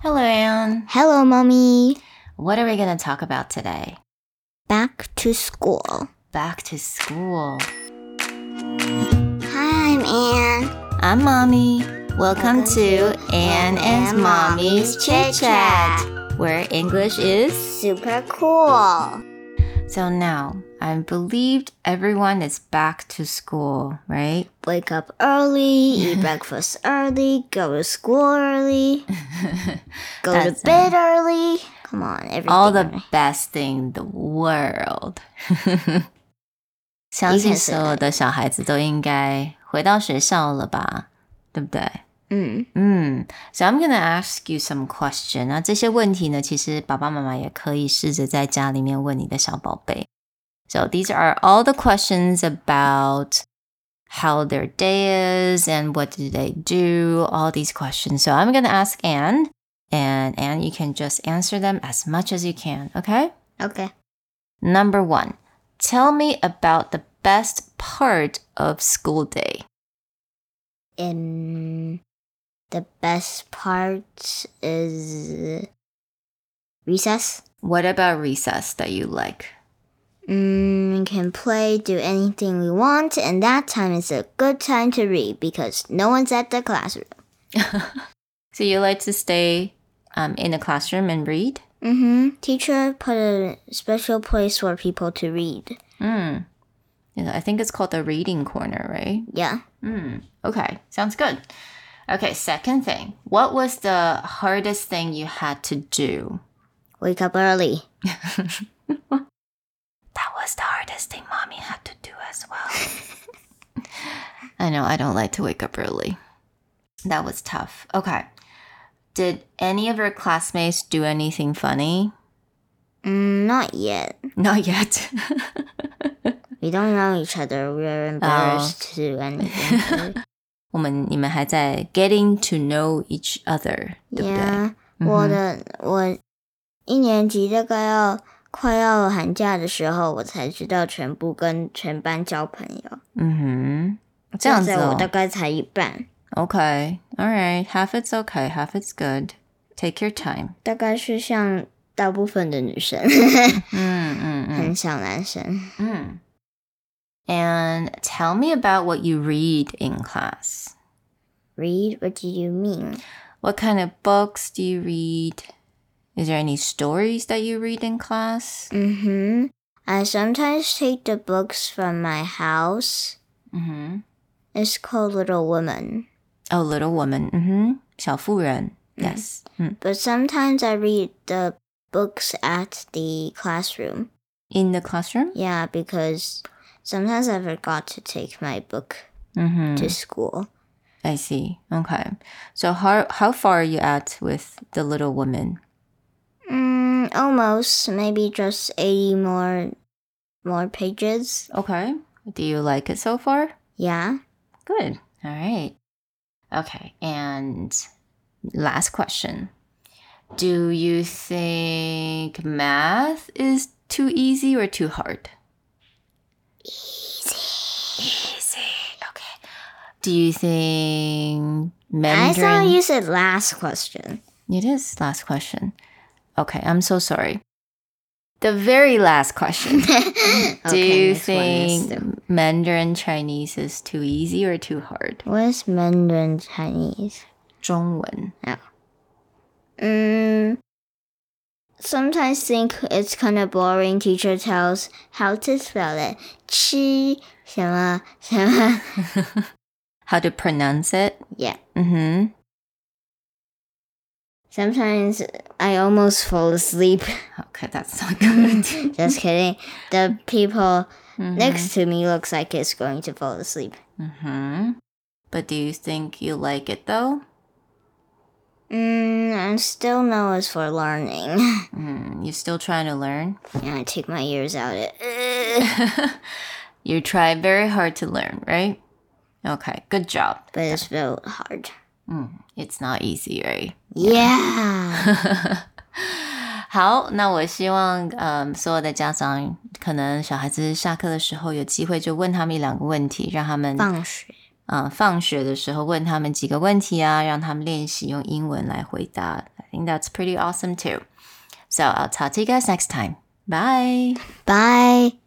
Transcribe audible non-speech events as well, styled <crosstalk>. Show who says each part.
Speaker 1: Hello, Anne.
Speaker 2: Hello, mommy.
Speaker 1: What are we going to talk about today?
Speaker 2: Back to school.
Speaker 1: Back to school.
Speaker 2: Hi, I'm Anne.
Speaker 1: I'm Mommy. Welcome, to Anne and Mommy's Chit Chat, where English is.
Speaker 2: Super cool.
Speaker 1: So now, I believed everyone is back to school, right? <laughs>
Speaker 2: Wake up early, <laughs> eat breakfast early, go to school early, go
Speaker 1: That's-
Speaker 2: to bed early. Come on, everything.
Speaker 1: All the
Speaker 2: early.
Speaker 1: best thing in the world. <laughs> 相
Speaker 2: You can
Speaker 1: 信
Speaker 2: say
Speaker 1: 所有的小孩子都应该回到学校了吧，对不对？
Speaker 2: Mm.
Speaker 1: 嗯，So I'm gonna ask you some question。那这些问题呢，其实爸爸妈妈也可以试着在家里面问你的小宝贝。So these are all the questions about how their day is and what do they do. All these questions. So I'm gonna ask Anne, and Anne, you can just answer them as much as you can. Okay?
Speaker 2: Okay.
Speaker 1: Number one, tell me about the best part of school day.
Speaker 2: And the best part is recess.
Speaker 1: What about recess that you like?
Speaker 2: Mm, we can play, do anything we want, and that time is a good time to read because no one's at the classroom.
Speaker 1: So you like to stay um, in the classroom and read?
Speaker 2: Mm-hmm. Teacher put a special place for people to read.
Speaker 1: Mm. You know, I think it's called the reading corner, right?
Speaker 2: Yeah.
Speaker 1: Mm. Okay, sounds good. Okay, second thing. What was the hardest thing you had to do?
Speaker 2: Wake up early.
Speaker 1: That was the hardest thing mommy had to do as well. <laughs> I know, I don't like to wake up early. That was tough. Okay. Did any of your classmates do anything funny? <laughs>
Speaker 2: Mm, not yet.
Speaker 1: Not yet. <laughs>
Speaker 2: We don't know each other. We're embarrassed to do anything.
Speaker 1: 我们你们还在 getting to know each other，对不对
Speaker 2: yeah.
Speaker 1: 嗯哼
Speaker 2: 我的我一年级大概要快要寒假的时候，我才知道全部跟全班交朋友。
Speaker 1: 嗯哼，这样子
Speaker 2: 现在我
Speaker 1: 哦。
Speaker 2: 大概才一半，
Speaker 1: OK, all right, half it's okay, half it's good. Take your time.
Speaker 2: 大概是像大部分的女生，
Speaker 1: 嗯嗯嗯
Speaker 2: 很少男生。
Speaker 1: 嗯。And tell me about what you read in class.
Speaker 2: Read, what do you mean?
Speaker 1: What kind of books do you read? Is there any stories that you read in class?
Speaker 2: Mm-hmm. I sometimes take the books from my house.
Speaker 1: Mm-hmm.
Speaker 2: It's called Little Women.
Speaker 1: Oh, Little Woman. Mm-hmm. 小妇人.
Speaker 2: Mm-hmm。
Speaker 1: Yes. 嗯
Speaker 2: But sometimes I read the books at the classroom.
Speaker 1: In the classroom?
Speaker 2: Yeah, because sometimes I forgot to take my book
Speaker 1: Mm-hmm.
Speaker 2: to school.
Speaker 1: I see. Okay. So how how far are you at with the little woman?
Speaker 2: Mm, almost, maybe just 80 more more pages.
Speaker 1: Okay. Do you like it so far?
Speaker 2: Yeah.
Speaker 1: Good. All right. Okay. And last question. Do you think math is too easy or too hard? Easy. Easy. Okay. Do you think
Speaker 2: I
Speaker 1: Mandarin?
Speaker 2: thought you said last question.
Speaker 1: It is last question. Okay, I'm so sorry. The very last
Speaker 2: <laughs>
Speaker 1: question. <laughs> Do
Speaker 2: Okay,
Speaker 1: you
Speaker 2: next one is the-
Speaker 1: think Mandarin Chinese is too easy or too hard?
Speaker 2: What is Mandarin Chinese?
Speaker 1: 中文.
Speaker 2: Mm, sometimes think it's kind of boring. Teacher tells how to spell it. Chi 什么-什么-
Speaker 1: <laughs> How to pronounce it?
Speaker 2: Yeah.
Speaker 1: Mm-hmm.
Speaker 2: <laughs> Sometimes I almost fall
Speaker 1: <laughs>
Speaker 2: asleep. <laughs>
Speaker 1: Okay, that's not <laughs> good.
Speaker 2: Just kidding. The people
Speaker 1: Mhm.
Speaker 2: next to me looks like it's going to fall asleep.
Speaker 1: Mm-hmm. But do you think you like it though?
Speaker 2: Mm, I still know it's for learning. <laughs>
Speaker 1: Mm, you still trying to learn? <laughs>
Speaker 2: and I take my ears out. <laughs> It.
Speaker 1: you try very hard to learn, right? Okay, good job.
Speaker 2: But it's so hard.
Speaker 1: Mm, it's not easy, right?
Speaker 2: Yeah.
Speaker 1: <laughs> 好，那我希望，嗯，所有的家长可能小孩子下课的时候有机会就问他们一两个问题，让他们
Speaker 2: 放学。
Speaker 1: 呃放学的时候问他们几个问题啊，让他们练习用英文来回答。I think that's pretty awesome too. So I'll talk to you guys next time. Bye.
Speaker 2: Bye.